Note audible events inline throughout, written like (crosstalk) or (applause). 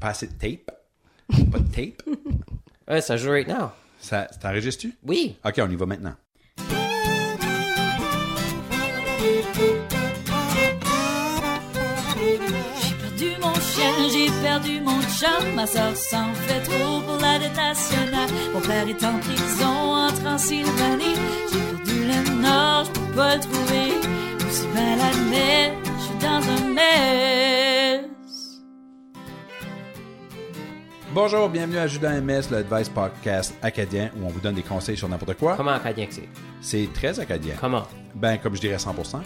Pas assez de tape. Pas de (laughs) tape. Ouais, Euh, ça joue right now. Ça, t'enregistres-tu? Oui. OK, on y va maintenant. J'ai perdu mon chien, j'ai perdu mon chum. Ma soeur s'en fait trop pour la dette nationale. Mon père est en prison en Transylvanie. J'ai perdu le nord, je peux pas le trouver. Je me suis mal à mer, je suis dans un mess. Bonjour, bienvenue à Jus dans MS, le Advice Podcast acadien où on vous donne des conseils sur n'importe quoi. Comment acadien que c'est? C'est très acadien. Comment? Ben, comme je dirais 100%.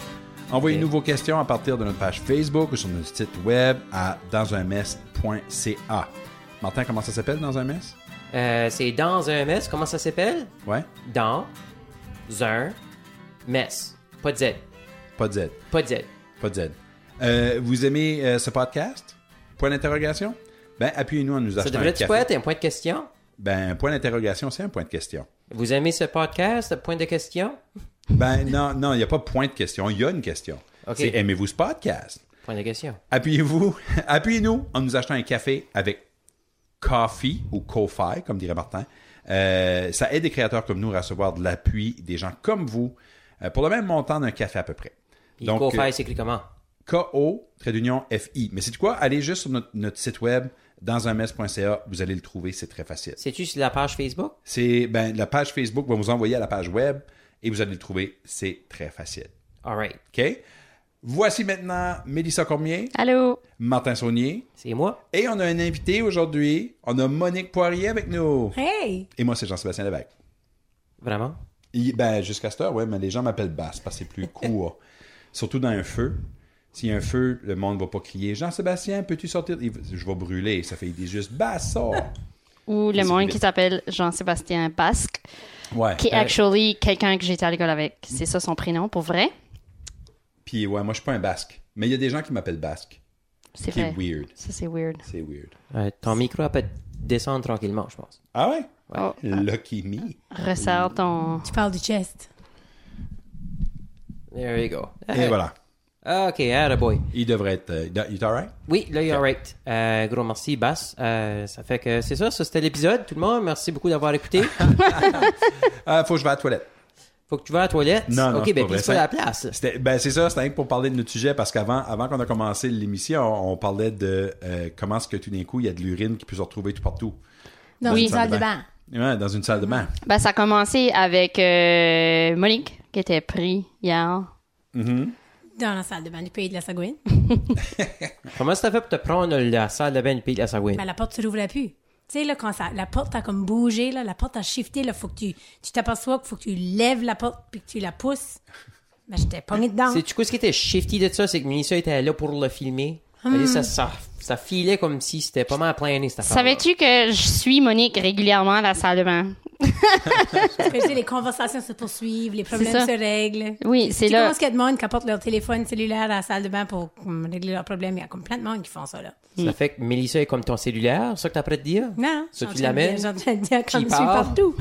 Envoyez-nous vos questions à partir de notre page Facebook ou sur notre site web à dansunmess.ca. Martin, comment ça s'appelle dans un mess? Euh, c'est dans un mess. Comment ça s'appelle? Ouais? Dans un mess. Pas de Z. Pas de Z. Pas de Z. Pas de Z. Euh, vous aimez euh, ce podcast? Point d'interrogation? Ben, appuyez-nous en nous Ça achetant un devrait-tu café. pas être un point de question? Ben, point d'interrogation, c'est un point de question. Vous aimez ce podcast? Point de question? Ben, non, non, il n'y a pas point de question. Il y a une question. OK. C'est aimez-vous ce podcast? Point de question. Appuyez-vous, (laughs) appuyez-nous en nous achetant un café avec Coffee ou Ko-Fi, comme dirait Martin. Euh, ça aide des créateurs comme nous à recevoir de l'appui des gens comme vous euh, pour le même montant d'un café à peu près. Puis Donc, Ko-Fi euh, s'écrit comment? K-O, trait d'union, F-I. Mais c'est quoi? Allez juste sur notre, notre site web, dans un mess.ca, vous allez le trouver, c'est très facile. C'est-tu sur la page Facebook? C'est, ben, la page Facebook va vous envoyer à la page web et vous allez le trouver, c'est très facile. Alright. OK? Voici maintenant Mélissa Cormier, Allô? Martin Saunier, C'est moi? et on a un invité aujourd'hui. On a Monique Poirier avec nous. Hey! Et moi, c'est Jean-Sébastien Lévesque. Vraiment? Il- ben, jusqu'à cette heure, ouais, mais les gens m'appellent Basse parce que c'est plus court. Surtout dans un feu. S'il y a un feu, le monde va pas crier Jean-Sébastien, peux-tu sortir Il va- Je vais brûler. Ça fait il dit juste Basse, sort. Ou le Qu'est-ce monde qu'il qui est? s'appelle Jean-Sébastien Basque, Ouais. qui est actually quelqu'un que j'étais à l'école avec. C'est ça son prénom, pour vrai? Puis, ouais, moi, je suis pas un Basque. Mais il y a des gens qui m'appellent Basque. C'est Qui est vrai. weird. Ça, c'est weird. C'est weird. Euh, ton micro peut descendre tranquillement, je pense. Ah ouais? Mm. Oh, Lucky me. resserre ton... Tu parles du chest. There you go. Et voilà. Ah, OK, attaboy. Il devrait être. euh, il est alright? Oui, là, you're right. Euh, gros merci, Bass. Euh, ça fait que c'est ça, ça c'était l'épisode, tout le monde. Merci beaucoup d'avoir écouté. (laughs) Ah, faut que je vais à la toilette. Faut que tu vas à la toilette. Non, non, OK, c'est ben, pas vrai. puis c'est pas la place. C'était- ben c'est ça, c'était rien que pour parler de notre sujet parce qu'avant avant qu'on a commencé l'émission, on, on parlait de euh, comment est-ce que tout d'un coup il y a de l'urine qui peut se retrouver tout partout. Dans Oui. une salle de bain. Ouais, dans une salle de bain. Ben, ça a commencé avec euh, Monique, qui était pris Ah, hier. Dans la salle de bain du pays de la Sagouine. Comment ça fait pour te prendre la salle de bain du pays de la Sagouine? Mais la porte se rouvrait plus. Tu sais, là, quand ça, la porte a comme bougé, là, la porte a shifté, là, faut que tu, tu t'aperçois qu'il faut que tu lèves la porte puis que tu la pousses. Ben, j'étais pognée dedans. Sais-tu quoi ce qui était shifty de ça? C'est que Mélissa était là pour le filmer. Hmm. Allez, Ça, ça, ça filait comme si c'était pas mal plané, cette affaire. Savais-tu que je suis Monique régulièrement à la salle de bain? Parce que, tu sais, les conversations se poursuivent, les problèmes ça. se règlent. Oui, c'est Tu là. penses qu'il y a de monde qui apporte leur téléphone cellulaire à la salle de bain pour hum, régler leurs problèmes. Il y a comme plein de monde qui font ça, là. Ça fait que Mélissa est comme ton cellulaire, ça que t'as prêt de dire? Non. hein? Ça, je tu suis en train de l'amènes? dire- (laughs) je suis en train de dire comme Tu y je suis parles? partout.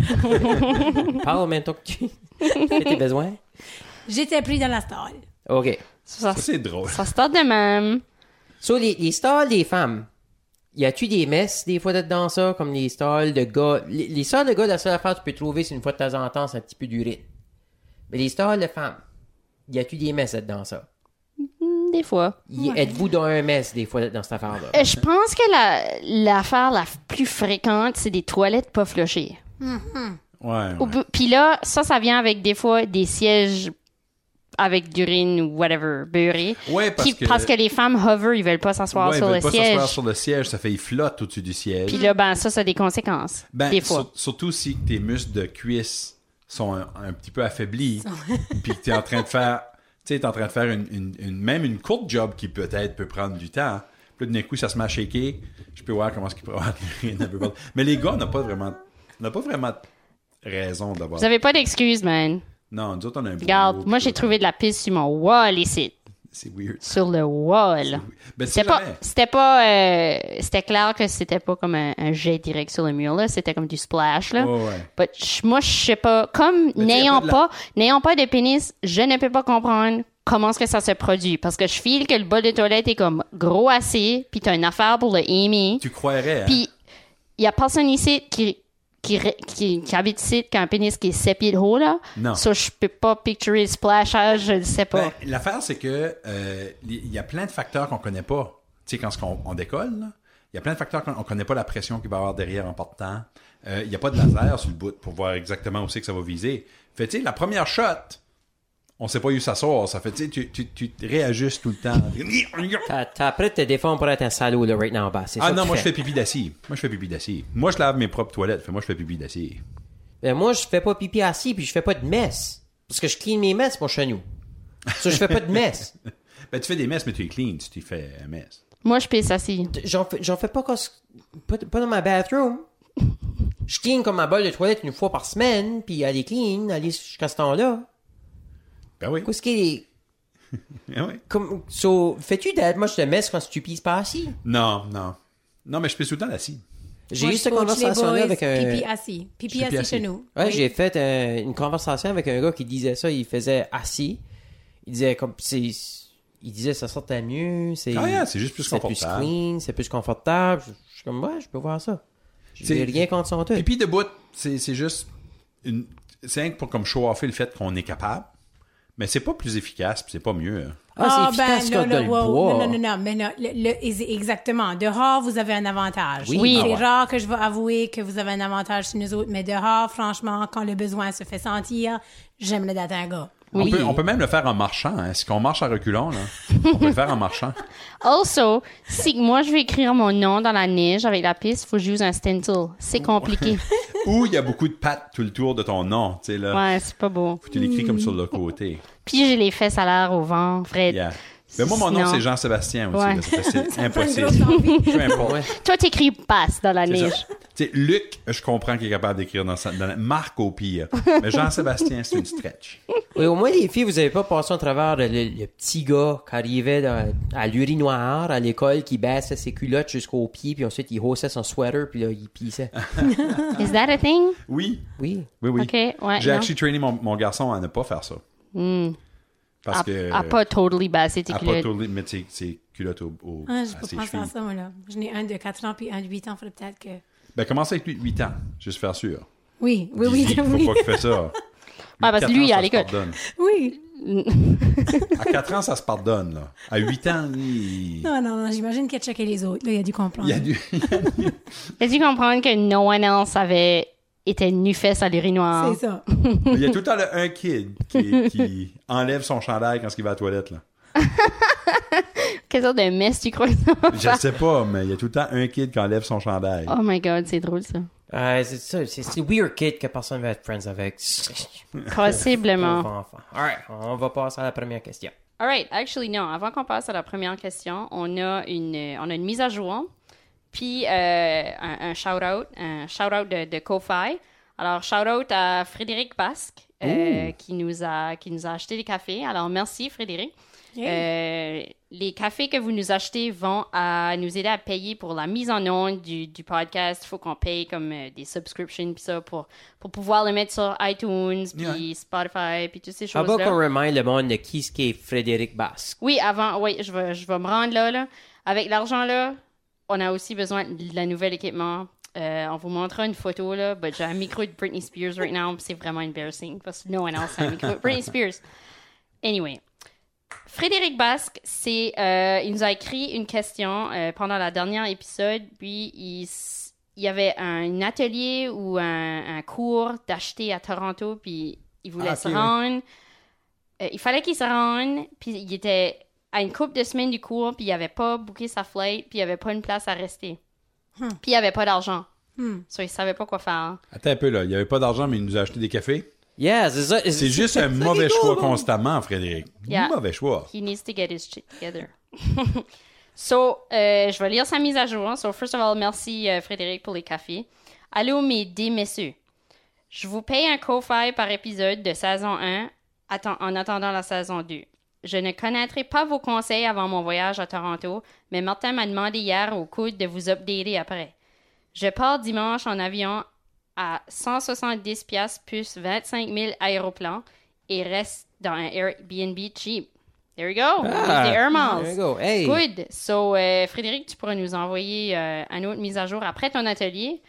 Parle maintenant que (laughs) tu fais tes besoins. J'étais pris dans la salle. OK. Ça, Ça, c'est drôle. ça se tente de même. So, les, les stalls des femmes, y a-tu des messes des fois dedans ça, comme les stalls de gars? Les, les stalls de gars, la seule affaire que tu peux trouver, c'est une fois de temps en temps, c'est un petit peu d'urine. Mais les stalls de femmes, y a-tu des messes dedans ça? Hmm, Des fois. Y- Êtes-vous dans un mess des fois dans cette affaire-là? Euh, Je pense que la- l'affaire la, plus fréquente, c'est des toilettes pas flushées. Ouais. Au ouais. bout- Puis là, ça, ça vient avec des fois des sièges avec d'urine ou whatever, beurré. Ouais, parce Qui- que- les femmes hover, ils veulent pas s'asseoir Ouais, ils sur veulent le pas s'asseoir siège. sur le siège, ça fait il flotte au-dessus du siège. Puis là, ben ça, ça a des conséquences. Ben, des fois. sur- surtout si tes muscles de cuisse sont un, un petit peu affaiblis, (laughs) puis que t'es en train de faire, tu sais, t'es en train de faire une, une- une- même une courte job qui peut-être peut prendre du temps. hein. Puis là, d'un coup, ça se met à shaker. Je peux voir comment est-ce qu'il peut avoir (laughs) de l'urine un peu partout. Mais les gars, on n'a pas vraiment, on n'a pas vraiment raison d'avoir. Vous avez pas d'excuses, man. Non, nous autres, on a un boulot, Regarde, puis moi, tout. j'ai trouvé de la piste sur mon wall ici. C'est weird. Sur le wall. Ben, c'est C'était pas, jamais. c'était pas, euh, c'était clair que c'était pas comme un, un jet direct sur le mur là, c'était comme du splash là. Ouais, ouais. But je- moi je sais pas, comme Mais tu sais, y a n'ayant pas de pas, la- n'ayant pas de pénis, je ne peux pas comprendre comment est-ce que ça se produit. Parce que je file que le bol de toilette est comme gros assez, puis t'as une affaire pour le aimer. Tu croirais, hein? Puis, il y a personne ici qui, qui, ré- qui, qui habite ici qui a un pénis qui est 7 pieds de haut, là. Non. Ça, je peux pas picturer le splashage, je le sais pas. Ben, L'affaire, c'est que euh, il y a plein de facteurs qu'on connaît pas. Tu sais, quand on, on décolle, là, il y a plein de facteurs qu'on on connaît pas la pression qu'il va y avoir derrière en portant. Euh, il n'y a pas de laser sur le bout pour voir exactement où c'est que ça va viser. Fait, tu sais, la première shot, on sait pas où ça sort. Ça fait, tu sais, tu, tu, tu te réajustes tout le temps. T'as t'as après de te défendre pour être un salaud, là, right now, en bas. C'est ça Ah que non, tu moi je fais pipi d'acier. Moi je fais pipi d'acier. Moi je lave mes propres toilettes. Fait, moi je fais pipi d'acier. Ben, moi, je fais pas pipi assis, puis je fais pas de messe. Parce que je clean mes messes, mon chenou. Ça, je fais pas de messe. Ben tu fais des messes, mais tu es clean. Tu t'y fais un mess. Moi, je pisse assis. J'en fais, j'en fais pas, cause- pas, pas dans ma bathroom. Je clean comme ma balle de toilette une fois par semaine, puis elle est clean, elle est jusqu'à ce temps-là. Ben oui. Qu'est-ce qui est... Ben oui. Comme, so, fais-tu d'être moi je te messe quand tu pisses pas assis? Non, non. Non, mais je pisse tout le temps assis. J'ai Moi, eu je cette coach les conversation-là boys, avec un... Pipi assis. Pipi Pipi assis chez assis. nous. Ouais, Oui. j'ai fait euh, une conversation avec un gars qui disait ça, il faisait assis. Il disait comme c'est il disait ça sortait mieux, c'est Ah yeah, c'est juste plus C'est confortable. plus clean, c'est plus confortable. Je, je suis comme ouais, je peux voir ça. J'ai C'est- rien contre son truc. Pipi de bout, c'est c'est juste une c'est rien que pour comme chauffer le fait qu'on est capable, mais c'est pas plus efficace, puis c'est pas mieux. hein. Ah, c'est ben, efficace là, comme de là, le wow. boire. Non, non, non, non, mais non, le- le- ex- exactement. Dehors, vous avez un avantage. Oui. Oui. C'est Ah ouais. rare que je vais avouer que vous avez un avantage sur nous autres, mais dehors, franchement, quand le besoin se fait sentir, j'aime le datin gars. On, Oui. peut, on peut même le faire en marchant. Hein. Si qu'on marche en reculant, là, on peut le faire en marchant. Also, si moi, je vais écrire mon nom dans la neige avec la piste, faut que j'use un stencil. (laughs) C'est compliqué. Ou il y a beaucoup de pattes tout le tour de ton nom, tu sais là. ouais, c'est pas beau. Faut que Tu l'écris comme sur le côté. Puis, j'ai les fesses à l'air au vent, Fred. Yeah. Mais moi, mon nom, Sinon- c'est Jean-Sébastien aussi. Ouais. là, ça fait- c'est Ça me donne impossible. grosse envie. Peu importe. Ouais. Toi, t'écris passe dans la C'est neige. ça. Tu sais, Luc, je comprends qu'il est capable d'écrire dans, sa- dans la- Marc au pire. Mais Jean-Sébastien, c'est une stretch. Et au moins les filles, vous avez pas passé à travers le, le- le petit gars qui arrivait dans- à l'urinoir à l'école qui baissait ses culottes jusqu'aux pieds puis ensuite il haussait son sweater puis là il pissait. Is that a thing? Oui, Oui. oui, oui. Ok, ouais. J'ai non. Hmm. actually trainé mon, mon garçon à ne pas faire ça. Parce à, que. à Ah, pas totally basser tes à pas culottes. tourner, mettre ses, ses culottes au, au- Ah, je à peux ses pas faire chevilles. ça, moi, là. J'en ai un de 4 ans, puis un de 8 ans, faudrait peut-être que... Ben, commence avec lui, 8 ans, juste faire sûr. Oui, oui, oui, Dis-lui qu'il oui. faut pas qu'il fasse ça. (laughs) Ah, parce que lui, il est à l'école. Oui. À 4 ans, ça se pardonne, là. À 8 ans, il. Non, non, non, j'imagine qu'il a checké les autres. Là, il a dû comprendre. Il y a du. T'as dû comprendre que no one else avait été nu-fesse à l'urinoir. C'est ça. Il y a tout le temps le un kid qui, qui enlève son chandail quand il va à la toilette, là. Quelle sorte de mess tu crois que ça (laughs) va Je faire? sais pas, mais il y a tout le temps un kid qui enlève son chandail. Oh my god, c'est drôle ça. Euh, c'est ça, c'est c'est weird kid que personne veut être friends avec. Possiblement. Pauvre enfant. All right, on va passer à la première question. Alright, actually, non. Avant qu'on passe à la première question, on a une, euh, on a une mise à jour, puis euh, un, un shout-out, un shout-out de, de Ko-Fi. Alors, shout-out à Frédéric Basque, euh, qui, nous a, qui nous a acheté des cafés. Alors, merci Frédéric. Euh, les cafés que vous nous achetez vont à nous aider à payer pour la mise en onde du, du podcast. Il faut qu'on paye comme euh, des subscriptions puis ça pour, pour pouvoir le mettre sur iTunes, puis Ouais. Spotify, puis toutes ces En choses-là. bas qu'on remind le monde de qui ce qui est Frédéric Basque. Oui, avant, oui, je vais, je vais me rendre là, là. Avec l'argent là, on a aussi besoin de la nouvelle équipement. Euh, on vous montrera une photo là, but j'ai un micro de Britney Spears right now, puis c'est vraiment embarrassing parce que no one else a un micro de Britney Spears. Anyway, Frédéric Basque, c'est, euh, il nous a écrit une question euh, pendant la dernière épisode, puis il, s- il y avait un atelier ou un, un cours d'acheter à Toronto, puis il voulait Ah, se ok, ouais. rendre. Euh, il fallait qu'il se rende, puis il était à une couple de semaines du cours, puis il avait pas booké sa flight, puis il avait pas une place à rester. Hmm. Puis il avait pas d'argent. So, il savait pas quoi faire. Attends un peu, là. Il n'y avait pas d'argent, mais il nous a acheté des cafés. Yeah, c'est ça. C'est juste un mauvais choix constamment, Frédéric. Yeah. Mauvais choix. He needs to get his shit together. so, euh, je vais lire sa mise à jour. So, first of all, merci euh, Frédéric pour les cafés. Allô, mes des messieurs. Je vous paye un co-file par épisode de saison 1 atten- en attendant la saison 2. Je ne connaîtrai pas vos conseils avant mon voyage à Toronto, mais Martin m'a demandé hier au coude de vous updater après. Je pars dimanche en avion à 170 pièces plus 25 000 aéroplans et reste dans un Airbnb cheap. There you go. Ah, There's the Air Miles. There you go. Hey. Good. So, euh, Frédéric, tu pourras nous envoyer euh, un autre mise à jour après ton atelier.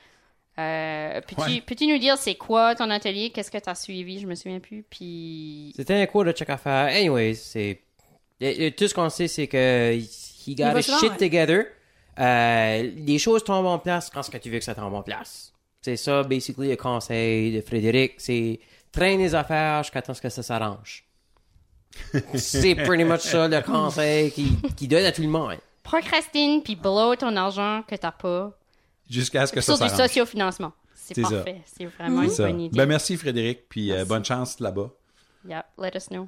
Euh, peux-tu, Ouais. peux-tu nous dire c'est quoi ton atelier? Qu'est-ce que tu as suivi? Je me souviens plus. Puis. C'était un cours de check à faire. Anyway, c'est. et- et Tout ce qu'on sait, c'est que he got va his se shit rendre. together. Euh, les choses tombent en place quand ce que tu veux que ça tombe en place. C'est ça, basically, le conseil de Frédéric. C'est traîne les affaires jusqu'à temps que ça s'arrange. c'est pretty much ça le conseil qu'il qui donne à tout le monde. Procrastine, puis blow ton argent que t'as pas. Jusqu'à ce que ça Sur du s'arrange. sociofinancement. C'est C'est ça. parfait. C'est vraiment C'est une ça. bonne idée. Ben, merci Frédéric, puis euh, bonne chance là-bas. Yeah, let us know.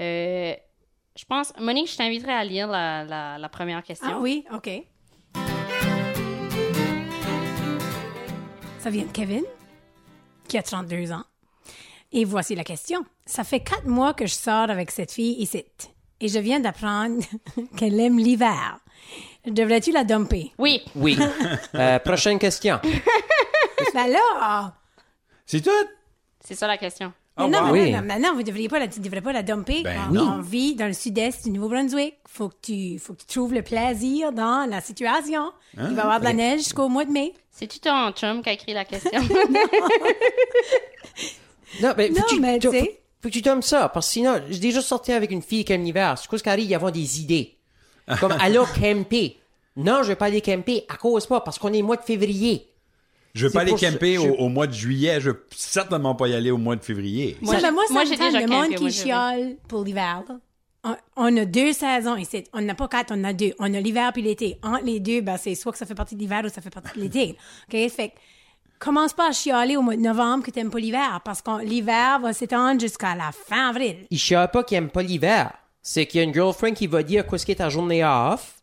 Euh, je pense, Monique, je t'inviterai à lire la, la, la première question. Ah oui, OK. Ça vient de Kevin, qui a 32 ans. Et voici la question. Ça fait quatre mois que je sors avec cette fille ici. Et je viens d'apprendre (laughs) qu'elle aime l'hiver. Devrais-tu la dumper? Oui. Oui. Euh, prochaine question. ben là! C'est tout? c'est ça la question. Oh, Mais non, wow. mais Oui. non, mais non, vous devriez pas la, tu devrais pas la dumper. Ben on, non. on vit dans le sud-est du Nouveau-Brunswick. Faut que tu, faut que tu trouves le plaisir dans la situation. Il va y avoir de la neige jusqu'au mois de mai. C'est-tu ton chum qui a écrit la (laughs) question? Non, mais, Non, faut, que mais tu, tu sais. faut- faut que tu donnes ça, parce que sinon, j'ai déjà sorti avec une fille qui aime l'hiver. Je crois qu'elle arrive, y avoir des idées. Comme, (laughs) alors, camper. Non, je vais pas aller camper, à cause pas, parce qu'on est mois de février. Je veux C'est pas aller pour ça- camper je- au, au mois de juillet. Je veux certainement pas y aller au mois de février. Moi, Ça, ben, j'ai- moi, ça moi, me j'ai tente, déjà le campé monde au qui mois de juillet. chiale pour l'hiver. là. On, on a deux saisons ici. On n'a pas quatre, on a deux. On a l'hiver puis l'été. Entre les deux, ben, c'est soit que ça fait partie de l'hiver ou ça fait partie de l'été. OK? Fait que commence pas à chialer au mois de novembre que t'aimes pas l'hiver parce que l'hiver va s'étendre jusqu'à la fin avril. Il chiale pas qu'il aime pas l'hiver. C'est qu'il y a une girlfriend qui va dire qu'est-ce qu'est ta journée off.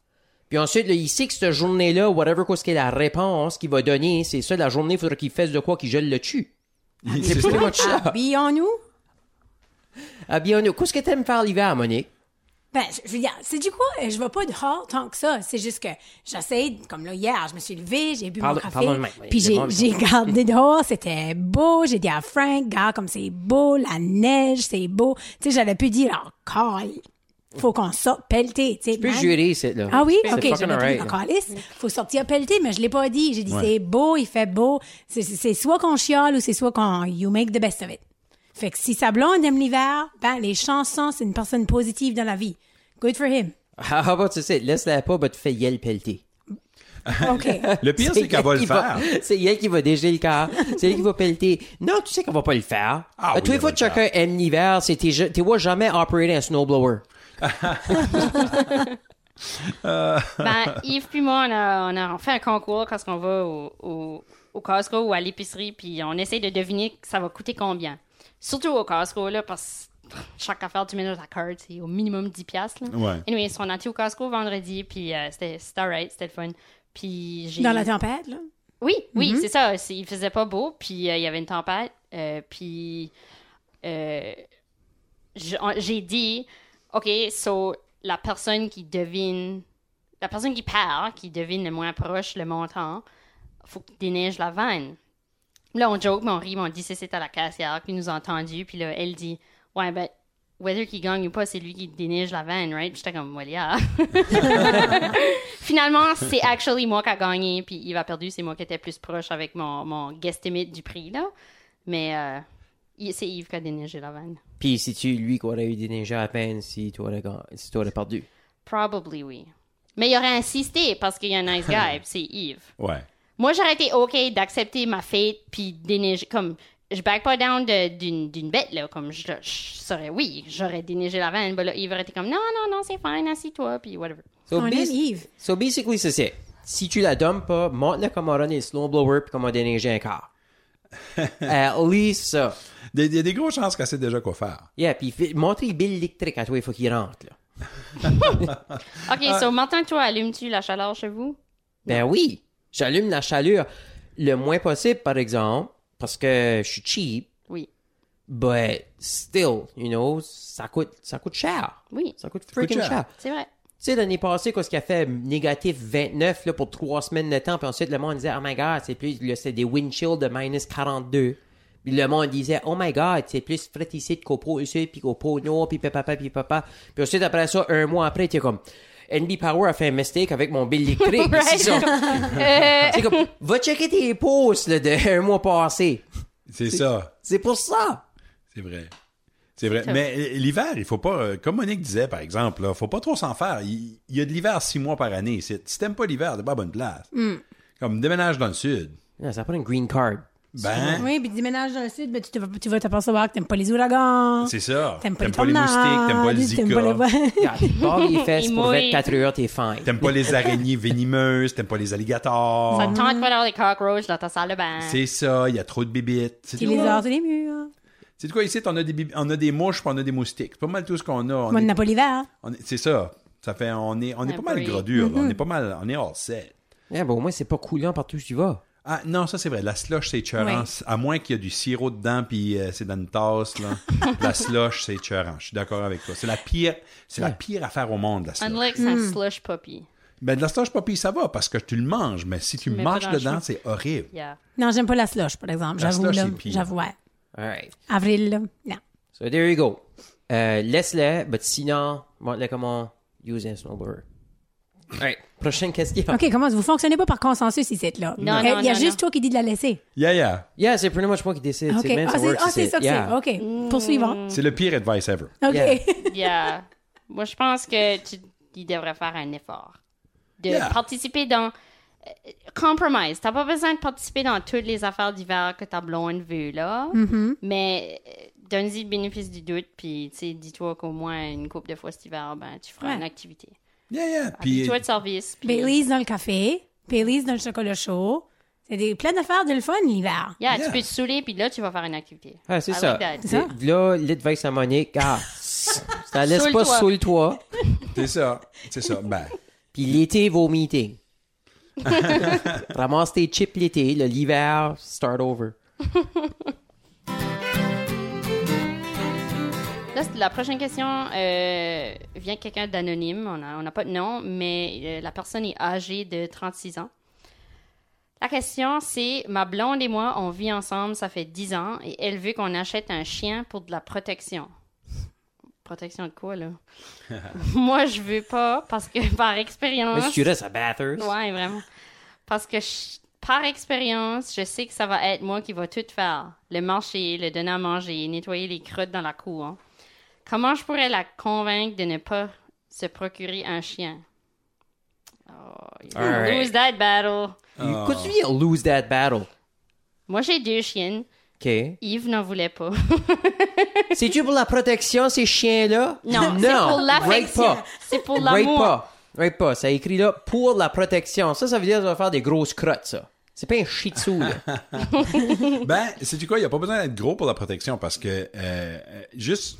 Puis ensuite, là, il sait que cette journée-là, whatever, qu'est-ce qu'est la réponse qu'il va donner, c'est ça, la journée, il faudra qu'il fasse de quoi qu'il gèle le tue. (laughs) C'est pretty much ça. Habillons-nous. Ah bien, qu'est-ce que t'aimes faire l'hiver, Monique? Ben, je, je veux dire, c'est du quoi? euh, Je vais pas dehors tant que ça. C'est juste que j'essaie, comme là, hier, je me suis levée, j'ai bu Parle- mon café. parle-moi de même, oui, Puis le j'ai, monde- j'ai gardé dehors, c'était beau. J'ai dit à Frank, gars, comme c'est beau, la neige, c'est beau. Tu sais, j'aurais pu dire, encore, faut qu'on sorte pelleter. Tu sais, Tu peux man. jurer, c'est là. Ah oui? C'est OK, fucking j'aurais pu alright. dire, calisse, faut sortir pelleter, mais je l'ai pas dit. J'ai dit, c'est beau, il fait beau. C'est, c'est- c'est soit qu'on chiale ou c'est soit qu'on, you make the best of it. Fait que si sa blonde aime l'hiver, ben, les chansons, c'est une personne positive dans la vie. Good for him. Ah, bah, tu sais, laisse-la pas, bah, tu fais yel pelleter. OK. Le pire, c'est qu'elle va (laughs) le qui faire. C'est elle qui va dégeler le corps. C'est elle qui va pelleter. Non, tu sais qu'on va pas le faire. Euh, Ah oui, Tous les elle fois va que le chacun aime l'hiver, c'est t'es, t'es vois jamais opérer un snowblower. ben, Yves puis moi, on a, on a fait un concours quand on va au, au, au Costco ou à l'épicerie, puis on essaie de deviner que ça va coûter combien. Surtout au Costco, là, parce que chaque affaire, tu mets dans ta carte, c'est au minimum 10$. piastres, Là. Ouais. Anyway, on est allé au Costco vendredi, puis euh, c'était, c'était alright, c'était le fun. Puis j'ai... Dans la tempête, là. Oui, oui, c'est ça. C'est- Il faisait pas beau, puis euh, il y avait une tempête. euh, puis euh, je- on- j'ai dit, OK, so la personne qui devine, la personne qui part, qui devine le moins proche le montant, faut qu'il déneige la vanne. Là, on joke, mais on rit, mais on dit, c'est c'est à la cassière qui nous a entendus. Puis là, elle dit, ouais, ben, whether qu'il gagne ou pas, c'est lui qui déneige la vanne, right? Puis J'étais comme, well, yeah. Finalement, c'est actually moi qui a gagné, puis Yves a perdu, c'est moi qui étais plus proche avec mon, mon guesstimate du prix, là. Mais euh, il- c'est Yves qui a déneigé la vanne. Puis si tu lui qui aurait eu des neiges à peine si tu aurais, gan- si tu aurais perdu. Probably oui. Mais il aurait insisté parce qu'il est un nice guy, puis c'est Yves. Ouais. Moi, j'aurais été OK d'accepter ma fate, puis déneiger, comme, je back pas down de- d'une d'une bête, là, comme, je, je serais, oui, j'aurais déneigé la vanne, mais là, Yves aurait été comme, non, non, non, c'est fine, assis-toi, puis whatever. So, On aime bas- Yves. so basically, c'est ça. Si tu la donnes pas, montre-la comment runner le snowblower puis comment déneiger (laughs) un corps. At least ça. Des- Il y a des grosses chances qu'elle sait déjà quoi faire. Yeah, puis fais- montre le bill électrique à toi, il faut qu'il rentre. Là. OK, so, maintenant, toi, allumes-tu la chaleur chez vous? Ben oui, j'allume la chaleur le moins possible, par exemple, parce que je suis cheap. Oui. But still, you know, ça coûte, ça coûte cher. Oui. Ça coûte freaking cher. cher. C'est vrai. Tu sais, l'année passée, qu'est-ce qu'il a fait négatif 29 là, pour trois semaines de temps, puis ensuite le monde disait, oh my god, c'est plus, là, c'est des windshields de minus 42. Puis le monde disait, oh my god, c'est plus fret ici qu'au pôle sud, puis qu'au pôle nord, puis papa, puis papa. Puis ensuite, après ça, un mois après, t'es comme, NB Power a fait un mistake avec mon bill (laughs) électrique. Right. C'est ça. (laughs) Euh, C'est comme, (laughs) va checker tes posts là, de (laughs) un mois passé. C'est ça. C'est pour ça. C'est vrai. C'est vrai. Mais euh, l'hiver, il faut pas, euh, comme Monique disait par exemple, là, faut pas trop s'en faire. Il, il y a de l'hiver six mois par année. C'est- Si t'aimes pas l'hiver, t'es pas à bonne place. Hmm. Comme déménage dans le sud. Non, ça prend une green card. Ben, Oui, puis déménage dans le sud, ben, tu, te vas- tu vas t'apercevoir que t'aimes pas les ouragans. c'est ça. hein. T'aimes pas, les moustiques, t'aimes pas les tornades, t'aimes pas zika, les- Regarde, barre les fesses Il pour mouille. 24 heures, t'es fine. t'aimes pas (laughs) les araignées vénimeuses, t'aimes pas les Ça alligators. te tente pas d'avoir des cockroaches dans ta salle de bain. C'est ça, il y a trop de bibites. C'est Puis de (laughs) les quoi? arts sur les murs. C'est de quoi ici, on a des, bibi- on a des mouches, puis on a des moustiques. C'est pas mal tout ce qu'on a. On Moi, Ah on est- n'a pas l'hiver. on est- c'est ça. Ça fait, on est, on est Un pas mal breed. gradure. On Mm-hmm. est pas mal, on est hors set. Ouais, ben, au moins, c'est pas coulant partout où tu vas. Ah non, ça c'est vrai. La slush, c'est écœurant. Oui. À moins qu'il y ait du sirop dedans, puis euh, c'est dans une tasse. (laughs) Là. la slush, c'est écœurant. Je suis d'accord avec toi. C'est la pire, c'est la pire affaire au monde, la slush. Unlike sa Hmm. slush puppy. Ben, de la slush poppy, ça va parce que tu le manges, mais si tu, mets pas manges dans le dedans, chou. c'est horrible. Yeah. Non, j'aime pas la slush, par exemple. La J'avoue, slush, là. c'est pire. J'avoue, ouais. Alright. Avril, là. Non. So there you go. Euh, Laisse-le, but sinon, montre-le comment use un snowboarder. Alright. Prochaine question. OK, comment vous fonctionnez pas par consensus ici, là? Non, Eh, non, Il y a non, juste non. toi qui dis de la laisser. Yeah, yeah. Yeah, c'est pretty much moi qui décide. OK. C'est le Ah, c'est snowboarder ah, qui c'est décide. ça que Yeah. c'est. Mm. OK. Poursuivons. C'est le pire advice ever. OK. (laughs) Yeah. Yeah. Moi, je pense que tu il devrait faire un effort de Yeah. participer dans euh, compromise. T'as pas besoin de participer dans toutes les affaires d'hiver que ta blonde veut là, Mm-hmm. mais euh, donne-y le bénéfice du doute puis tu sais, dis-toi qu'au moins une couple de fois cet hiver, ben tu feras Ouais. une activité. Yeah, Ah, yeah. Puis, Habille-toi de service. puis- Baileys dans le café. Baileys dans le chocolat chaud. C'est des plein d'affaires de le fun l'hiver. euh, Yeah, Yeah. tu peux te saouler puis là tu vas faire une activité. Ah, c'est I ça. like that. C'est ça. Là, l'advice à Monique, ah, (laughs) ça laisse pas Saoule-toi. sous le toit. c'est ça. C'est ça. (laughs) Ben, Puis l'été, vos meetings. Ramasse tes chips l'été, le- l'hiver, start over. Là, c'est- la prochaine question euh, vient de quelqu'un d'anonyme. On n'a on n'a pas de nom, mais euh, la personne est âgée de 36 ans. La question, c'est ma blonde et moi, on vit ensemble, ça fait 10 ans, et elle veut qu'on achète un chien pour de la protection. Protection de quoi, là? (laughs) moi, je veux pas, parce que par Mais si expérience. tu restes à Bathurst. Ah. Ouais, vraiment. Parce que je- par expérience, je sais que ça va être moi qui va tout faire. Le marché, le donner à manger, nettoyer les crottes dans la cour. hein. Comment je pourrais la convaincre de ne pas se procurer un chien? Oh, you Alright. lose that battle. You- Could you lose that battle? Moi, j'ai deux chiennes. OK. Yves n'en voulait pas. C'est-tu pour la protection, ces chiens-là? Non, (laughs) c'est pour l'affection. rape pas. C'est pour Rape l'amour. pas. Rape pas. Ça écrit là pour la protection. Ça, ça veut dire que ça va faire des grosses crottes, ça. C'est pas un shih tzu, (laughs) là. ben sais-tu quoi? Il n'y a pas besoin d'être gros pour la protection parce que euh, euh, juste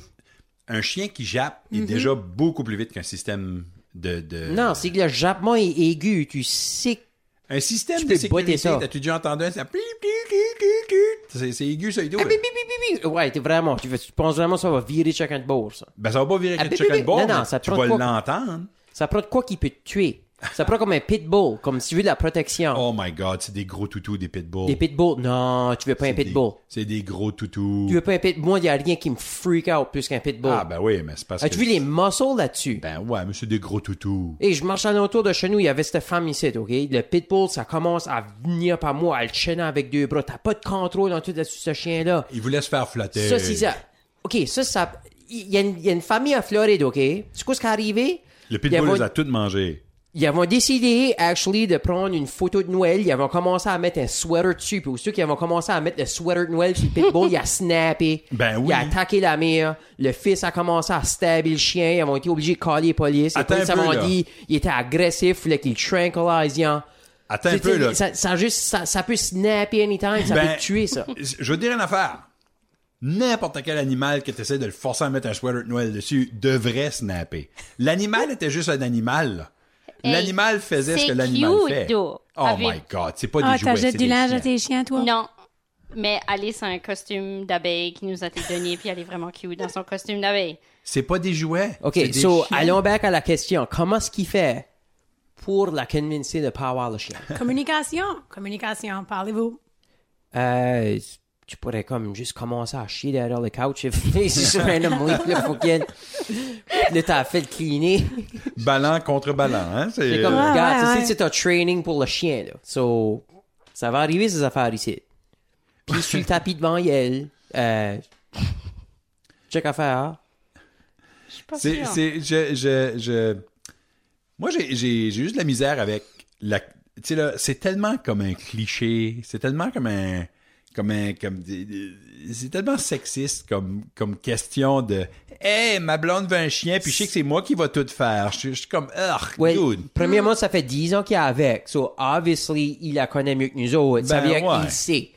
un chien qui jappe Mhm. est déjà beaucoup plus vite qu'un système de. de- non, c'est que le jappement est aigu. Tu sais que Un système Tu de peux sécurité. botter ça. T'as-tu déjà entendu un ça pli, pli, pli, pli, pli. C'est c'est aigu, ça, idiot. là. Bip, bip, bip, bip, bip. Ouais, t'es vraiment. Tu, fais- tu penses vraiment que ça va virer chacun de bord, ça. Ben, ça va pas virer Ah, que bip, tu bip, de bip. bord, Non, non, mais ça tu prend vas quoi? l'entendre. Ça prend de quoi qui peut te tuer. Ça prend comme un pitbull, comme si tu veux de la protection. Oh my God, c'est des gros toutous, des pitbulls. Des pitbulls. Non, tu veux pas un C'est des- pitbull. C'est des gros toutous. Tu veux pas un pitbull. Moi, il y a rien qui me freak out plus qu'un pitbull. Ah, ben oui, mais c'est parce que... As-tu vu les muscles là-dessus? Ben ouais, mais c'est des gros toutous. Et je marche autour de chez nous, il y avait cette femme ici, OK? Le pitbull, ça commence à venir par moi, à le chaîner avec deux bras. T'as pas de contrôle dans tout là-dessus, ce chien-là. Ils voulaient se faire flatter. Ça, c'est ça. OK, ça, ça... Il y, a une- il y a une famille à Floride, OK? C'est quoi ce qui est arrivé? Le Ils pitbull avaient- les a toutes mangées. ils avons décidé, actually, de prendre une photo de Noël. Ils avons commencé à mettre un sweater dessus. Puis aussitôt qu'ils avaient commencé à mettre le sweater de Noël sur le pitbull, il a snappé. (laughs) Ben oui. Il a attaqué la mère. Le fils a commencé à stabber le chien. Ils ont été obligés de caller les polices. Attends les polices un peu, m'ont là. dit, il était agressif, il voulait qu'il tranquillise. il en- Attends un C'est- peu, là. Ça, ça juste, ça, ça peut snapper anytime. Ça Ben, peut te (laughs) tuer, ça. Je veux te dire une affaire. N'importe quel animal que tu essaies de le forcer à mettre un sweater de Noël dessus devrait snapper. L'animal était juste un animal. là. Hey, L'animal faisait ce que c'est l'animal cute, fait. though. Oh Avec- my God, c'est pas Ah, des jouets, c'est t'achètes du des linge chiens. à tes chiens, toi? Non. Mais Alice a un costume d'abeille qui nous a été donné, puis elle est vraiment cute dans son costume d'abeille. C'est pas des jouets. c'est OK, des so, chiens. allons back à la question. Comment est-ce qu'il fait pour la convincer de pas avoir le chien? Communication. Communication. Parlez-vous. Euh, tu pourrais comme juste commencer à chier derrière le couch et (laughs) finir sur randomly. Puis là, faut qu'elle. Puis Là, t'as fait le cleaner. Euh, Ballon contre ballon, hein? C'est C'est comme, Ouais, regarde, ouais, tu sais, ouais. c'est ton training pour le chien, là. So, ça va arriver, ces affaires ici. Puis (laughs) sur le tapis devant elle, euh, check affaire. Je suis pas C'est, sûre. c'est- je, je, je- Moi, j'ai, j'ai, j'ai juste de la misère avec la. Tu sais, là, c'est tellement comme un cliché, c'est tellement comme un. Comme un. Comme, des- des- c'est tellement sexiste comme, comme question de. Hey, ma blonde veut un chien, puis je sais que c'est moi qui va tout faire. Je, suis- je suis comme. Urgh, Ouais, dude. premièrement, ça fait 10 ans qu'il est avec. So, obviously, il la connaît mieux que nous autres. ça Ben, veut dire ouais. qu'il sait.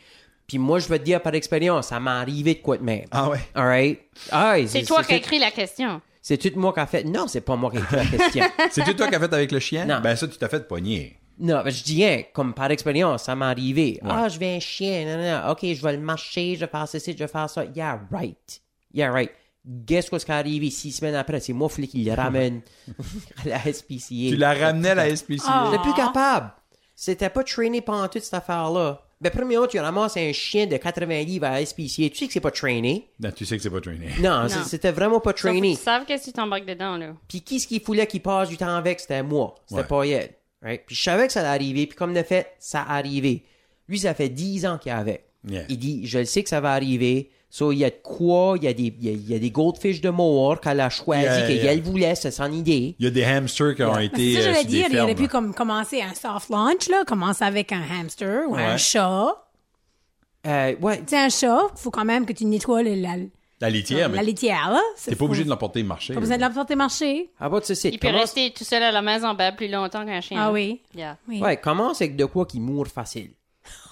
Puis moi, je vais te dire par expérience, ça m'est arrivé de quoi de même. Ah ouais. All right? Ah, C'est toi qui as écrit la question. C'est tout moi qui a fait. Non, c'est pas moi qui ai écrit la question. C'est tout toi qui as fait avec le chien? Non. Ben, ça, tu t'as fait pogner. Non, ben, je dis rien, comme par expérience, ça m'est arrivé. Ah, je vais un chien, non, non, non. ok, je vais le marcher, je vais faire ceci, je vais faire ça. Yeah, right. Yeah, right. Guess what's qui est arrivé six semaines après? C'est moi, Flick, qui le ramène à la SPCA. Tu la ramenais à la SPC. Ah. J'étais plus capable. C'était pas trainé pendant toute cette affaire-là. Ben, premièrement, tu ramasses un chien de 80 livres à la SPCA. Tu sais que c'est pas trainé. Non, tu sais que c'est pas trainé. Non, c'est- c'était vraiment pas Sauf que trainé. Tu savent que tu t'embarques dedans, là. Puis qui ce qu'il voulait qu'il passe du temps avec, c'était moi. C'était Ouais. pas elle. Right? Puis je savais que ça allait arriver. Puis comme de fait, ça arrivait. Lui, ça fait 10 ans qu'il est avec. Yeah. Il dit, je le sais que ça va arriver. So, il y a de quoi, il y a des, il y a, il y a des goldfish de Mohawk qu'elle a choisi, Yeah, qu'elle yeah. voulait, c'est son idée. Il y a des hamsters qui ont Parce que été. ça, euh, j'allais sur des dire, il aurait fermes. pu comme commencer un soft launch, là, commencer avec un hamster ou un Ouais. chat. Euh, ouais, Tu sais, un chat, faut quand même que tu nettoies le- la, La litière, Ah, mais la litière, là. C'est- t'es pas faut- obligé de l'emporter marché. Pas besoin de l'emporter marcher. à bas de ce site. Il peut Commence- rester tout seul à la maison ben, plus longtemps qu'un chien. Ah oui. Yeah. Oui. Ouais, commence avec de quoi qui mourre facile.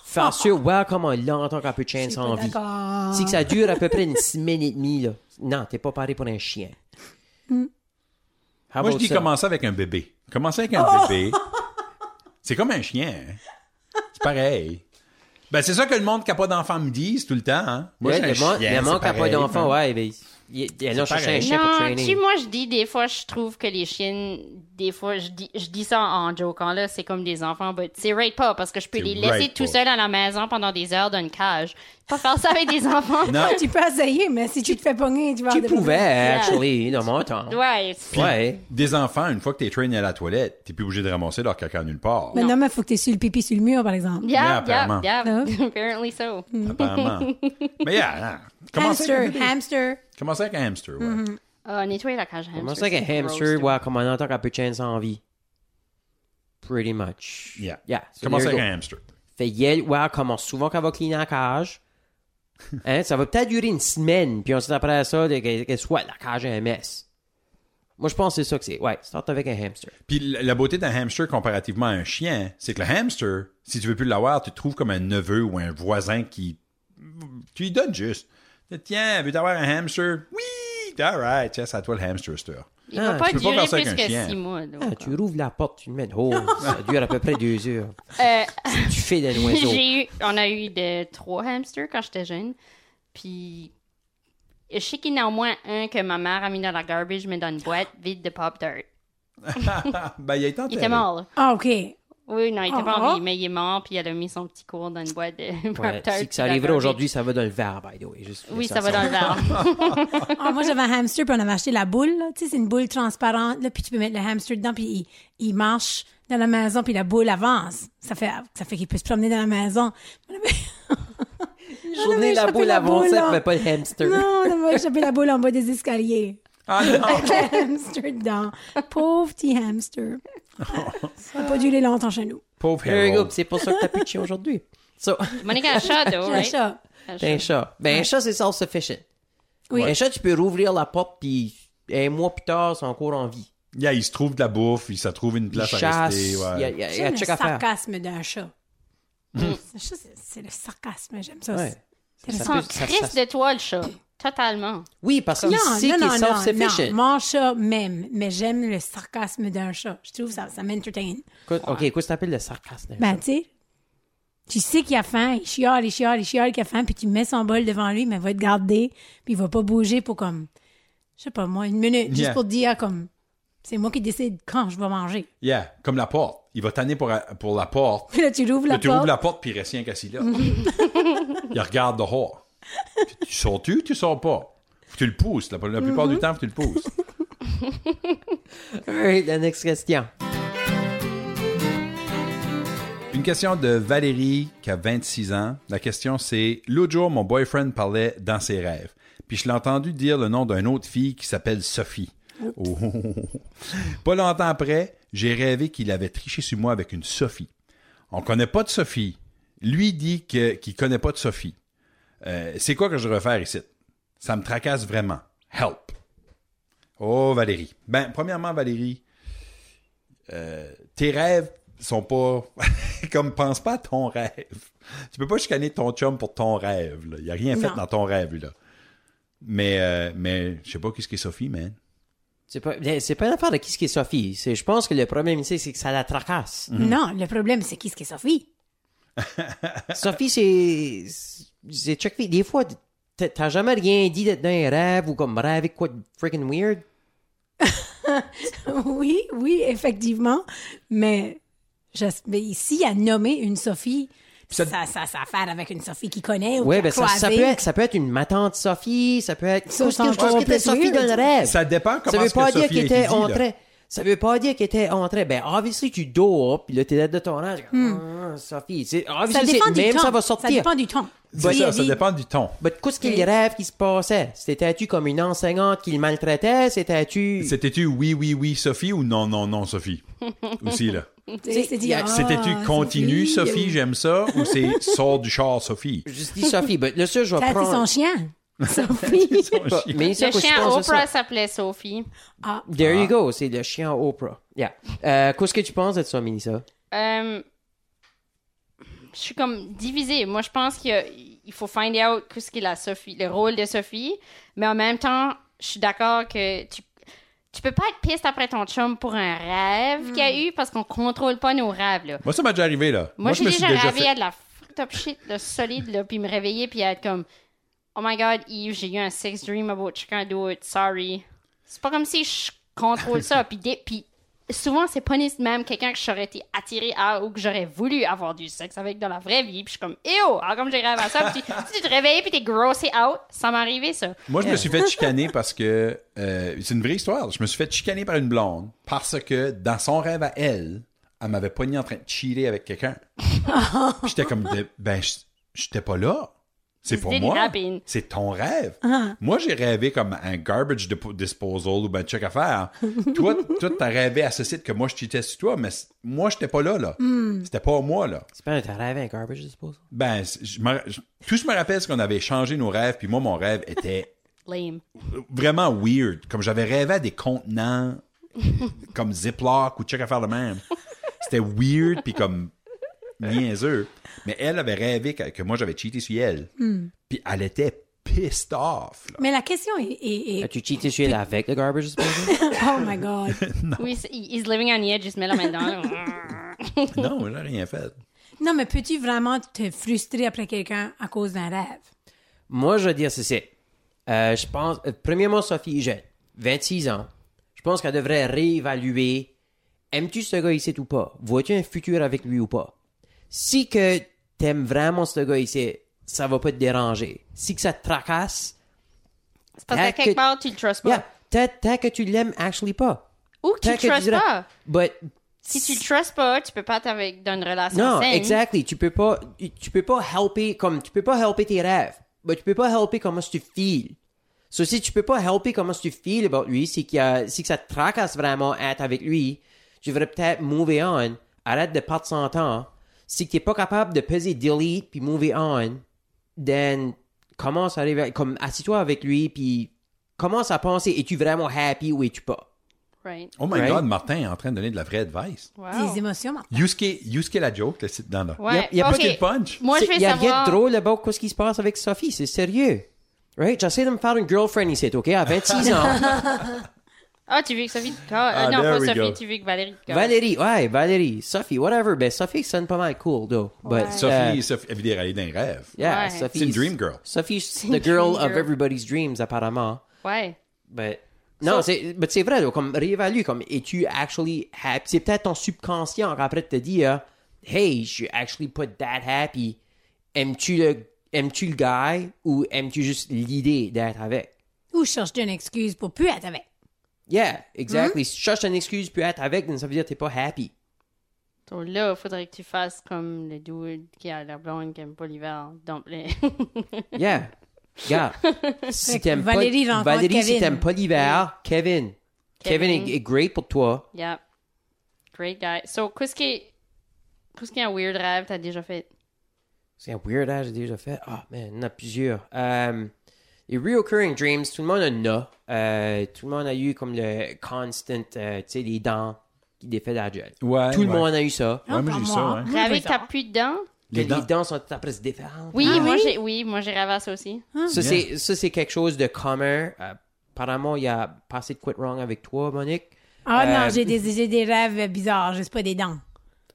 Faire (laughs) sûr, voir comment longtemps qu'elle peut chance Je suis en pas vie. d'accord. Si que ça dure à peu près une semaine et demie, là. Non, t'es pas paré pour un chien. Hmm. How Moi, je about dis ça? Oh! commencer avec un bébé. Commencer avec un bébé. C'est comme un chien. hein. C'est pareil. Ben, c'est ça que le monde qui n'a pas d'enfant me disent tout le temps. Hein. Moi, Ouais, j'ai un le monde- chien, le c'est monde qui a pas pareil, d'enfant, hein. ouais, ben, il- il- elle a C'est cherché un pareil. chien pour Non, traîner. tu, moi je dis des fois, je trouve que les chiens, des fois, je dis, je dis ça en jokant là, c'est comme des enfants, mais c'est right pas parce que je peux C'est les laisser right tout pas. seuls à la maison pendant des heures dans une cage. Pas faire ça avec des enfants. Non. (laughs) Tu peux essayer, mais si tu te fais pogner, tu vas Tu avoir des pouvais, problèmes. actually, dans mon temps. Ouais. c'est- Ouais. Des enfants, une fois que t'es traîné à la toilette, t'es plus obligé de ramasser leur caca nulle part. Mais non, mais faut que tu es sur le pipi sur le mur, par exemple. Yeah, apparemment. yeah, yeah. Non. Apparently so. Hmm. Apparemment. Mais yeah, non. Commencez avec, un Hamster, bébé. hamster. Commencez avec un hamster, ouais. Mm-hmm. Ah, nettoyer la cage hamster. Comment ça qu'un c'est hamster, gross. ouais, comme on entend qu'elle peut chance en vie. Pretty much. Yeah. Yeah. so Commencez there you avec go. un hamster. Fait yell, ouais, comment souvent qu'elle va cleaner (laughs) la cage. Hein, ça va peut-être durer une semaine, puis ensuite après ça, de- qu'elle qu'elle soit la cage est un mess. Moi, je pense que c'est ça que c'est. Ouais, start avec un hamster. Puis la la beauté d'un hamster comparativement à un chien, c'est que le hamster, si tu veux plus l'avoir, tu te trouves comme un neveu ou un voisin qui. Tu lui donnes juste. Tiens, veux-tu avoir un hamster? Oui! Alright, tiens, c'est à toi le hamsterster. Il va Ah, pas tu peux pas durer faire ça plus avec un chien. que six mois. donc. Ah, tu rouvres la porte, tu le mets de haut. ça dure à peu près deux heures. Euh, Tu fais (laughs) d'un oiseau. J'ai eu, on a eu de trois hamsters quand j'étais jeune. Puis, je sais qu'il y en a au moins un que ma mère a mis dans la garbage, mais dans une boîte vide de Pop-Tart. ben, il est tenté. Il était mort. Ah, OK. Oui, non, il était pas Ah. en vie, mais il est mort, puis elle a mis son petit cours dans une boîte de Oh. Ouais, Pop-Tart. si que ça dans la arriverait garbage. aujourd'hui, ça va dans le verre, by the way. Juste Oui, ça ça va dans (laughs) le verre. Ah, moi, j'avais un hamster, puis on avait acheté la boule, là. Tu sais, c'est une boule transparente, là, puis tu peux mettre le hamster dedans, puis il, il marche dans la maison, puis la boule avance. Ça fait, ça fait qu'il peut se promener dans la maison. (laughs) On avait- on avait (laughs) Journée la échappé boule avant boule, ça, là. mais pas le hamster. Non, on avait échappé la boule en bas des escaliers. Ah (laughs) non! Avec le hamster dedans. Pauvre (laughs) petit hamster. Ça n'a pas duré longtemps chez nous. Pauvre There you go, Harold. puis c'est pour ça que t'as plus de chien aujourd'hui. So, Monica a un chat, hein. though, J'ai un right? chat. Un t'as un chat. (laughs) Ben, un chat, c'est self-sufficient. Oui. Un chat, tu peux rouvrir la porte, puis un mois plus tard, c'est encore en vie. Yeah, il se trouve de la bouffe, il se trouve une Il place à chasse, rester. il ouais. y a, il y a- il y a J'aime le check à faire. sarcasme d'un chat. Le chat, c'est- c'est le sarcasme. J'aime ça. Ouais. Intéressant. peut- Son Christ de toi, le chat. Totalement. Oui, parce qu'il Non, sait non, qu'il non, est non, non. self-sufficient. Mon chat même, mais j'aime le sarcasme d'un chat. Je trouve ça, ça m'entertain. Écoute, OK, qu'est-ce que t'appelles le sarcasme? Ben, tu sais, tu sais qu'il a faim, il chiale, il chiale, il chiale qu'il a faim, puis tu mets son bol devant lui, mais il va te garder, puis il va pas bouger pour comme, je sais pas moi, une minute, Yeah. juste pour te dire comme, c'est moi qui décide quand je vais manger. (laughs) Yeah, comme la porte. Il va tanner pour, pour la porte. Puis là, tu rouvres la tu porte. ouvres la porte, puis il reste rien qu'assis là. il regarde dehors. Puis, tu sors-tu ou tu sors pas? Faut que tu le pousses. La, la plupart du temps, faut que tu le pousses. (laughs) Alright, la next question. Une question de Valérie qui a 26 ans. La question c'est L'autre jour, mon boyfriend parlait dans ses rêves. Puis je l'ai entendu dire le nom d'une autre fille qui s'appelle Sophie. Oh, oh, oh, oh. Pas longtemps après, j'ai rêvé qu'il avait triché sur moi avec une Sophie. On connaît pas de Sophie. Lui dit que- qu'il connaît pas de Sophie. Euh, c'est quoi que je devrais faire ici? Ça me tracasse vraiment. Help. Oh, Valérie. Ben, premièrement, Valérie, euh, tes rêves sont pas (laughs) comme pense pas à ton rêve. Tu peux pas chicaner ton chum pour ton rêve. là. Il y a rien fait Non. dans ton rêve lui, là. Mais euh, mais je sais pas qu'est-ce qui est Sophie, man. C'est pas, ben, c'est pas l'affaire de qui ce qui est Sophie. C'est, je pense que le problème ici, c'est que ça la tracasse. Non, le problème, c'est qui ce qui est Sophie? Sophie, c'est, c'est check Des fois, t'as- t'as jamais rien dit d'être dans un rêve ou comme rêver quoi de freaking weird. (laughs) oui, oui, effectivement. Mais, je, mais ici, à nommer une Sophie, ça, ça, ça, a affaire avec une Sophie qui connaît ou Ouais, qui a ben, ça, ça croisé. peut être, ça peut être une matante Sophie, ça peut être, Ça, quelque c'est encore chose qui était plus Sophie weird. dans le rêve. Ça dépend comment ça veut est-ce pas que dire Sophie qu'il a été était dit, là. entré. Ça veut pas dire qu'il était entré. Ben, obviously, tu dors, puis là, t'es là de ton âge. Ah, Sophie, c'est, Hmm. Ça obviously, dépend c'est- du même temps. ça va Ça sortir. dépend du temps. C'est Tu Ben, ça, as ça dit- dépend du ton. Mais qu'est-ce qu'il Oui. les rêves qui se passait? C'était-tu comme une enseignante qui le maltraitait? C'était-tu... C'était-tu oui, oui, oui, Sophie ou non, non, non, (laughs) Sophie? Aussi, là. Tu sais, dit, y a- ah, C'était-tu continue, Sophie, j'aime ça, ou (laughs) c'est sors du char, Sophie? Je dis Sophie, ben, le seul, je vais Ça, c'est son prendre... chien. (laughs) Sophie. Son (laughs) chien. Mais ça, qu'est-ce que Le je chien pense de Oprah ça? s'appelait Sophie. Ah, There you go, c'est le chien Oprah. Yeah. Euh, qu'est-ce que tu penses de ça, Mélissa? Euh, je suis comme divisée. Moi, je pense qu'il y a- il faut find out qu'est-ce qu'il a Sophie, le rôle de Sophie, mais en même temps, je suis d'accord que tu tu peux pas être piste après ton chum pour un rêve qu'il y a eu parce qu'on contrôle pas nos rêves là. Moi, ça m'est déjà arrivé, là. Moi, je j'ai me suis déjà déjà rêvé fait. à de la fucked up shit de solide là, puis me réveiller puis être comme oh my god, Yves, j'ai eu un sex dream about chacun d'autre. Sorry. C'est pas comme si je contrôle ça puis des- puis souvent c'est pas même quelqu'un que j'aurais été attiré à ou que j'aurais voulu avoir du sexe avec dans la vraie vie puis je suis comme ew alors comme j'ai rêvé à ça puis tu, tu te réveilles puis t'es grossé out ça m'est arrivé ça Moi, je me suis fait chicaner parce que. euh, c'est une vraie histoire. Je me suis fait chicaner par une blonde parce que dans son rêve à elle, elle m'avait pogné en train de chiller avec quelqu'un. Puis J'étais comme. de- Ben, je- j'étais pas là. C'est pour didn't moi. happen. C'est ton rêve. Moi, j'ai rêvé comme un garbage dip- disposal ou ben, check affaire. toi, toi, t'as rêvé à ce site que moi, je cheatais sur toi, mais c- moi, j'étais pas là, là. C'était pas moi, là. C'est pas un rêve, un garbage, je suppose. Ben, c- je me- je- tout je me rappelle, c'est qu'on avait changé nos rêves, puis moi, mon rêve était lame vraiment weird. Comme j'avais rêvé à des contenants comme Ziploc ou check à faire le même. C'était weird puis comme niaiseux. Mais elle avait rêvé que, que moi j'avais cheaté sur elle. Hmm. Puis elle était pissed off. (laughs) là. mais la question est... est- est- As-tu cheaté Ben, sur elle avec le garbage, je suppose? Oh my God. oui c'est- he's living on the edge il se met là maintenant là. Non, elle a rien fait. Non, mais peux-tu vraiment te frustrer après quelqu'un à cause d'un rêve? Moi, je veux dire ceci. Euh, je pense, euh, premièrement, Sophie est jeune, 26 ans. Je pense qu'elle devrait réévaluer. Aimes-tu ce gars ici ou pas? Vois-tu un futur avec lui ou pas? Si que t'aimes vraiment ce gars ici, ça va pas te déranger. Si que ça te tracasse, c'est parce qu'à Tac- quelque part tu le trustes pas yeah, tant- tant que tu l'aimes actually pas. ou tu Tant le que trustes dirais- pas But, Si tu le trustes pas, tu peux pas être avec dans une relation non, saine. exactly. Tu peux pas, tu peux pas helper comme tu peux pas helper tes rêves, mais tu peux pas helper comment tu feels. So, si tu peux pas helper comment tu feels about lui, c'est qu'il y a, si que ça te tracasse vraiment être avec lui, tu devrais peut-être move on. Arrête de perdre son temps. Si tu n'es pas capable de peser delete puis move on, then commence à arriver, comme assis-toi avec lui puis commence à penser es-tu vraiment happy ou es-tu pas? Right. Oh my Right. god, Martin est en train de donner de la vraie advice. Des émotions. Yusuke, Yusuke la joke, le site dans là. Ouais. Y a- y a ok. pas de punch. Moi, je C'est- vais y a rien savoir. de drôle about ce qui se passe avec Sophie, c'est sérieux. Right? J'essaie de me faire une girlfriend ici, OK? À (laughs) 26 Oh ans. Ah, tu veux que Sophie te casse? Ah, non, there pas we Sophie, go. tu veux que Valérie te casse. Valérie, ouais, Valérie. Sophie, whatever. Ben, Sophie sonne pas mal cool, though. But, Sophie, uh, Sophie, elle vit des rêves d'un rêve. yeah, Ouais. Sophie. C'est une dream girl. (laughs) Sophie's une the girl dream of girl. everybody's dreams, apparemment. Ouais. But, non, c'est, but c'est vrai, though, comme réévalue, comme es-tu actually happy? C'est peut-être ton subconscient qui après te dire, hey, je suis actually pas that happy. Aimes-tu le, aimes-tu le gars ou aimes-tu juste l'idée d'être avec? Ou cherche une excuse pour plus être avec. Hmm? Yeah, exactly. Si tu cherches une excuse pour être avec, then ça veut dire que t'es pas happy. Donc là, il faudrait que tu fasses comme le dude qui a la blonde qui aime pas l'hiver. Donc, (laughs) les... (laughs) Yeah. Regarde. si Fait que t'aimes pas, Valérie rencontre Valérie, si Kevin. t'aimes pas l'hiver, Kevin. Kevin, Kevin. est, est great pour toi. yeah. Great guy. So, qu'est-ce qui est... Qu'est-ce qui est un weird rêve que t'as déjà fait? C'est un weird âge j'ai déjà fait. Ah, man, il y en a plusieurs. Euh, les reoccurring dreams, tout le monde en a. Euh, tout le monde a eu comme le constant, euh, tu sais, les dents qui défait la gueule. Ouais, tout le ouais. monde a eu ça. Ouais, moi, pas j'ai eu ça, hein. moi. ouais. Moi, Rêver j'ai que t'as ça. plus de dents? Que Les Les dents, dents. sont après différentes. Oui, Ah moi oui? j'ai oui, moi j'ai rêvé à ça aussi. Ah. Ça, Yeah. c'est, ça, c'est quelque chose de commun. Euh, apparemment, il y a passé de quit wrong avec toi, Monique. Ah Euh, non, j'ai des, j'ai des rêves bizarres, juste pas des dents.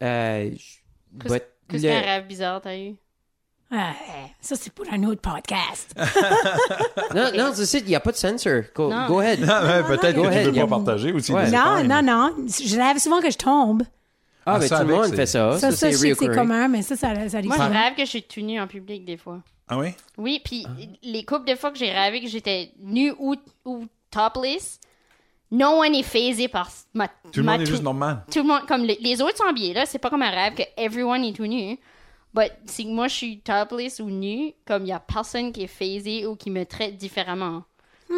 Euh, je- Qu'est-ce but qu'est-ce le- qu'un rêve bizarre t'as eu? Ah, ça, c'est pour un autre podcast. Non, non, c'est ça, il n'y a pas de censor. Go, Non. go ahead. Ah, ouais, peut-être Go que tu ahead. veux pas partager aussi. Ouais. des non, affaires, non, mais- non. Je rêve souvent que je tombe. Ah, Ah, mais tout ça, le avec, monde c'est- fait ça. Ça, ça, c'est je sais que c'est reoccurring. commun, mais ça, ça, ça, arrive Moi je souvent. rêve que je suis tout nu en public des fois. Ah oui? Oui, puis les couples de fois que j'ai rêvé que j'étais nue ou, ou topless, no one est phasé par ma Tout le ma monde est tou- juste normal. Tout le monde comme les, les autres sont habillés là, c'est pas comme un rêve que everyone est tout nu. But si moi je suis topless ou nu, comme il y a personne qui est phasé ou qui me traite différemment.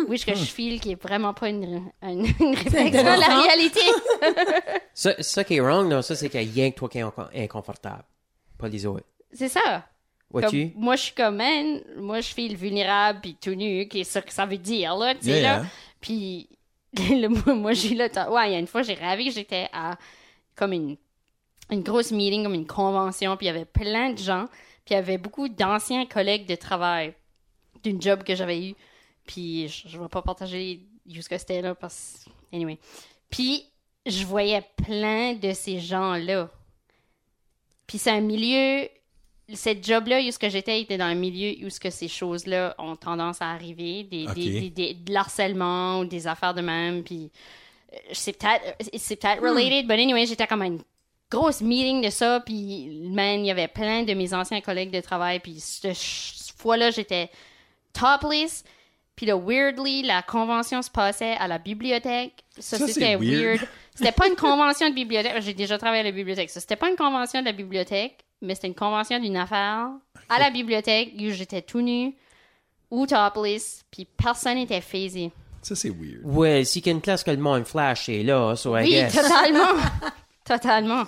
Oui, ce que Hmm. je file qui est vraiment pas une, une, une réflexion à la intéressant. réalité. Ça, ça qui est wrong, non, ça, c'est qu'il y a rien que toi qui est inco- inconfortable. Pas les autres. C'est ça. Comme, Vois-tu? moi, je suis comme, man, moi, je suis le vulnérable puis tout nu, qui est ça que ça veut dire, là, tu sais, Yeah, là. yeah. Puis, (laughs) le- moi- moi, j'ai le temps. Ouais, il y a une fois, j'ai rêvé que j'étais à, comme une, une grosse meeting, comme une convention, puis il y avait plein de gens, puis il y avait beaucoup d'anciens collègues de travail d'une job que j'avais eue. Puis, je, je vais pas partager jusqu'à c'était là, parce anyway. Puis, je voyais plein de ces gens-là. Puis c'est un milieu, cette job-là, où ce que j'étais, était dans un milieu où ce que ces choses-là ont tendance à arriver, des, Ok. des, des- des- de l'harcèlement ou des affaires de même. Puis euh, c'est peut-être, c'est peut-être related, but anyway, j'étais comme à une grosse meeting de ça. Puis man, il y avait plein de mes anciens collègues de travail. Puis cette ch- cette fois-là, j'étais topless. Puis là, weirdly, la convention se passait à la bibliothèque. Ça, Ça, c'était c'est weird. weird. C'était pas une convention de bibliothèque. J'ai déjà travaillé à la bibliothèque. Ça, c'était pas une convention de la bibliothèque, mais c'était une convention d'une affaire à la bibliothèque où j'étais tout nu ou topless, puis personne n'était phasé. Ça, c'est weird. Ouais, si qu'il y a une classe que le monde flash est là, so I Oui, guess. totalement. (laughs) totalement.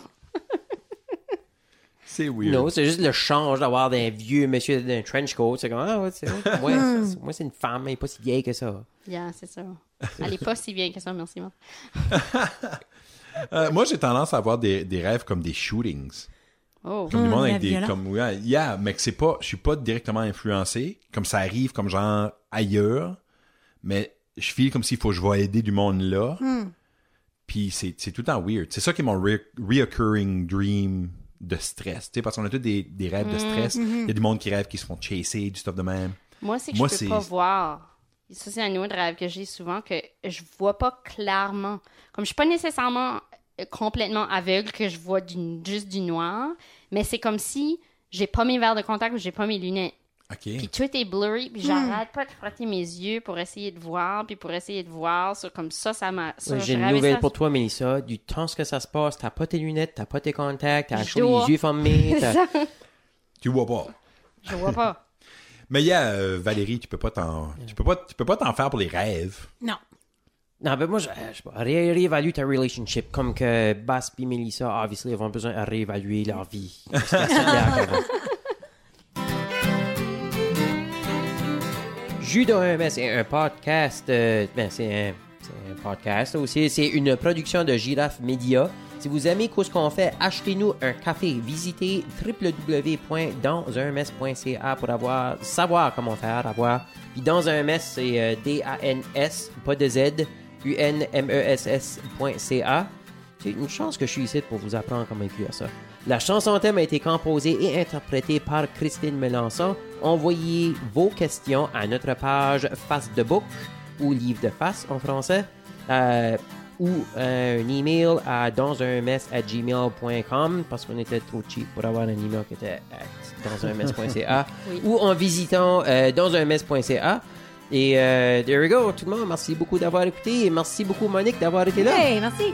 C'est weird. Non, c'est juste le change d'avoir d'un vieux monsieur d'un trench coat. C'est comme, ah, ouais, c'est ouais, Hmm. c'est- moi, c'est une femme, mais pas si vieille que ça. Yeah, c'est ça. Elle est pas si vieille que ça, merci. Marc. Euh, moi, j'ai tendance à avoir des, des rêves comme des shootings. Oh. Comme du Hum, monde la avec des. violence. Comme, ouais, yeah, mais que c'est pas. Je suis pas directement influencé. Comme ça arrive, comme genre ailleurs. Mais je file comme s'il faut que je vais aider du monde là. Hum. Puis c'est c'est tout le temps weird. C'est ça qui est mon re- reoccurring dream de stress. Tu sais, parce qu'on a tous des, des rêves Hum, de stress. Il y a du monde qui rêve qui se font chasser, du stuff de même. Moi, c'est que Moi, je c'est- peux pas voir. Ça, c'est un autre rêve que j'ai souvent, que je vois pas clairement. Comme je suis pas nécessairement euh, complètement aveugle, que je vois du- juste du noir, mais c'est comme si j'ai pas mes verres de contact ou j'ai pas mes lunettes. OK. Mm. Puis tout est blurry, puis j'arrête pas de frotter mes yeux pour essayer de voir, puis pour essayer de voir. Ça, comme ça, ça m'a... ça, Ouais, je J'ai une rêvais nouvelle ça. pour toi, Mélissa. Du temps ce que ça se passe, t'as pas tes lunettes, t'as pas tes contacts, t'as Je acheté dois. les yeux (laughs) fermés. t'as- Tu vois pas. Je vois pas. Mais yeah, euh, Valérie, tu peux pas t'en. Tu peux pas tu peux pas t'en faire pour les rêves. Non. Non, ben moi, je, je sais pas, ré- réévalue ta relationship. Comme que Bass et Melissa, obviously, ils vont besoin de réévaluer leur vie. Parce que c'est clair qu'elles vont. Jus de 1 c'est un podcast. euh, ben, c'est un, c'est un podcast aussi. C'est une production de Girafe Media. Si vous aimez ce qu'on fait, achetez-nous un café. Visitez www.dansunms.ca pour avoir, savoir comment faire. Avoir. Puis dans un MS, c'est euh, D-A-N-S, pas de Z, E U-N-M-E-S-S.ca. C'est une chance que je suis ici pour vous apprendre comment écrire ça. La chanson thème a été composée et interprétée par Christine Melançon. Envoyez vos questions à notre page Face de Book ou Livre de Face en français euh, ou euh, un email à dansunmess@gmail.com parce qu'on était trop cheap pour avoir un email qui était at dansunmess.ca Oui. ou en visitant euh, dansunmess.ca. Et euh, there we go, tout le monde. Merci beaucoup d'avoir écouté et merci beaucoup, Monique, d'avoir été là. Hey, merci.